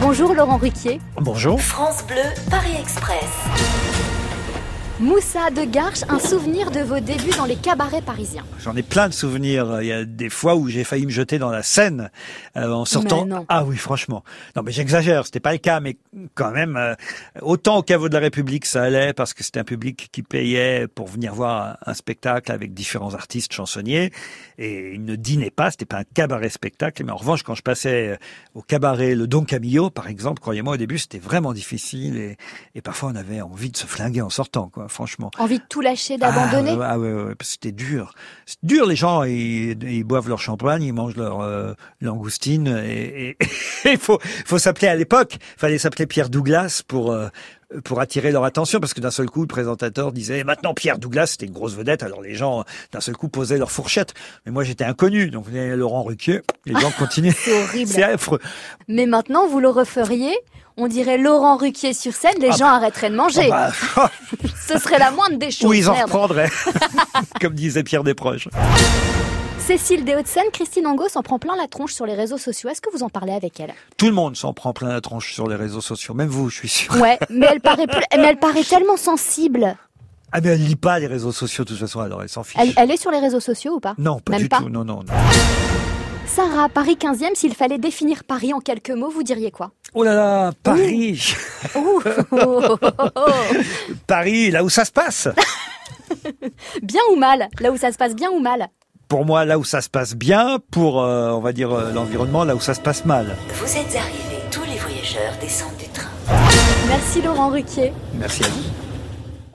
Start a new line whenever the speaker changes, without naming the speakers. Bonjour Laurent Ruquier.
Bonjour.
France Bleu, Paris Express.
Moussa de Garches, un souvenir de vos débuts dans les cabarets parisiens.
J'en ai plein de souvenirs. Il y a des fois où j'ai failli me jeter dans la Seine euh, en sortant.
Mais non.
Ah oui, franchement. Non, mais j'exagère. C'était pas le cas, mais quand même, euh, autant au caveau de la République, ça allait parce que c'était un public qui payait pour venir voir un, un spectacle avec différents artistes chansonniers et ils ne dînaient pas. C'était pas un cabaret spectacle. Mais en revanche, quand je passais euh, au cabaret le Don Camillo, par exemple, croyez-moi, au début, c'était vraiment difficile et, et parfois on avait envie de se flinguer en sortant, quoi. Franchement.
Envie de tout lâcher, d'abandonner.
Ah, ouais, ouais, ouais, ouais, parce que c'était dur. C'est dur, les gens, ils, ils boivent leur champagne, ils mangent leur euh, langoustine. Et il faut, faut s'appeler à l'époque, fallait s'appeler Pierre Douglas pour... euh, pour attirer leur attention, parce que d'un seul coup, le présentateur disait Et maintenant Pierre Douglas, c'était une grosse vedette. Alors les gens, d'un seul coup, posaient leur fourchette. Mais moi, j'étais inconnu, donc il y avait Laurent Ruquier, les gens continuaient.
C'est horrible.
C'est affreux.
Mais maintenant, vous le referiez on dirait Laurent Ruquier sur scène, les gens arrêteraient de manger.
Ah bah,
Ce serait la moindre des choses.
ou ils en
merde.
reprendraient, comme disait Pierre Desproges.
Cécile des Hauts-de-Seine, Christine Angot s'en prend plein la tronche sur les réseaux sociaux. Est-ce que vous en parlez avec elle
Tout le monde s'en prend plein la tronche sur les réseaux sociaux, même vous, je suis sûr.
Ouais, mais elle paraît, plus- mais elle paraît tellement sensible.
Ah mais elle lit pas les réseaux sociaux de toute façon, alors elle s'en fiche.
Elle, elle est sur les réseaux sociaux ou pas
Non, pas
Même
du
pas
tout. Non, non, non.
Sarah, Paris 15e, s'il fallait définir Paris en quelques mots, vous diriez quoi
Oh là là, Paris,
Ouh, oh, oh, oh, oh.
Paris, là où ça se passe.
Bien ou mal Là où ça se passe bien ou mal
Pour moi, là où ça se passe bien, pour euh, on va dire euh, l'environnement, là où ça se passe mal.
Vous êtes arrivés, tous les voyageurs descendent du train.
Merci Laurent Ruquier.
Merci à vous.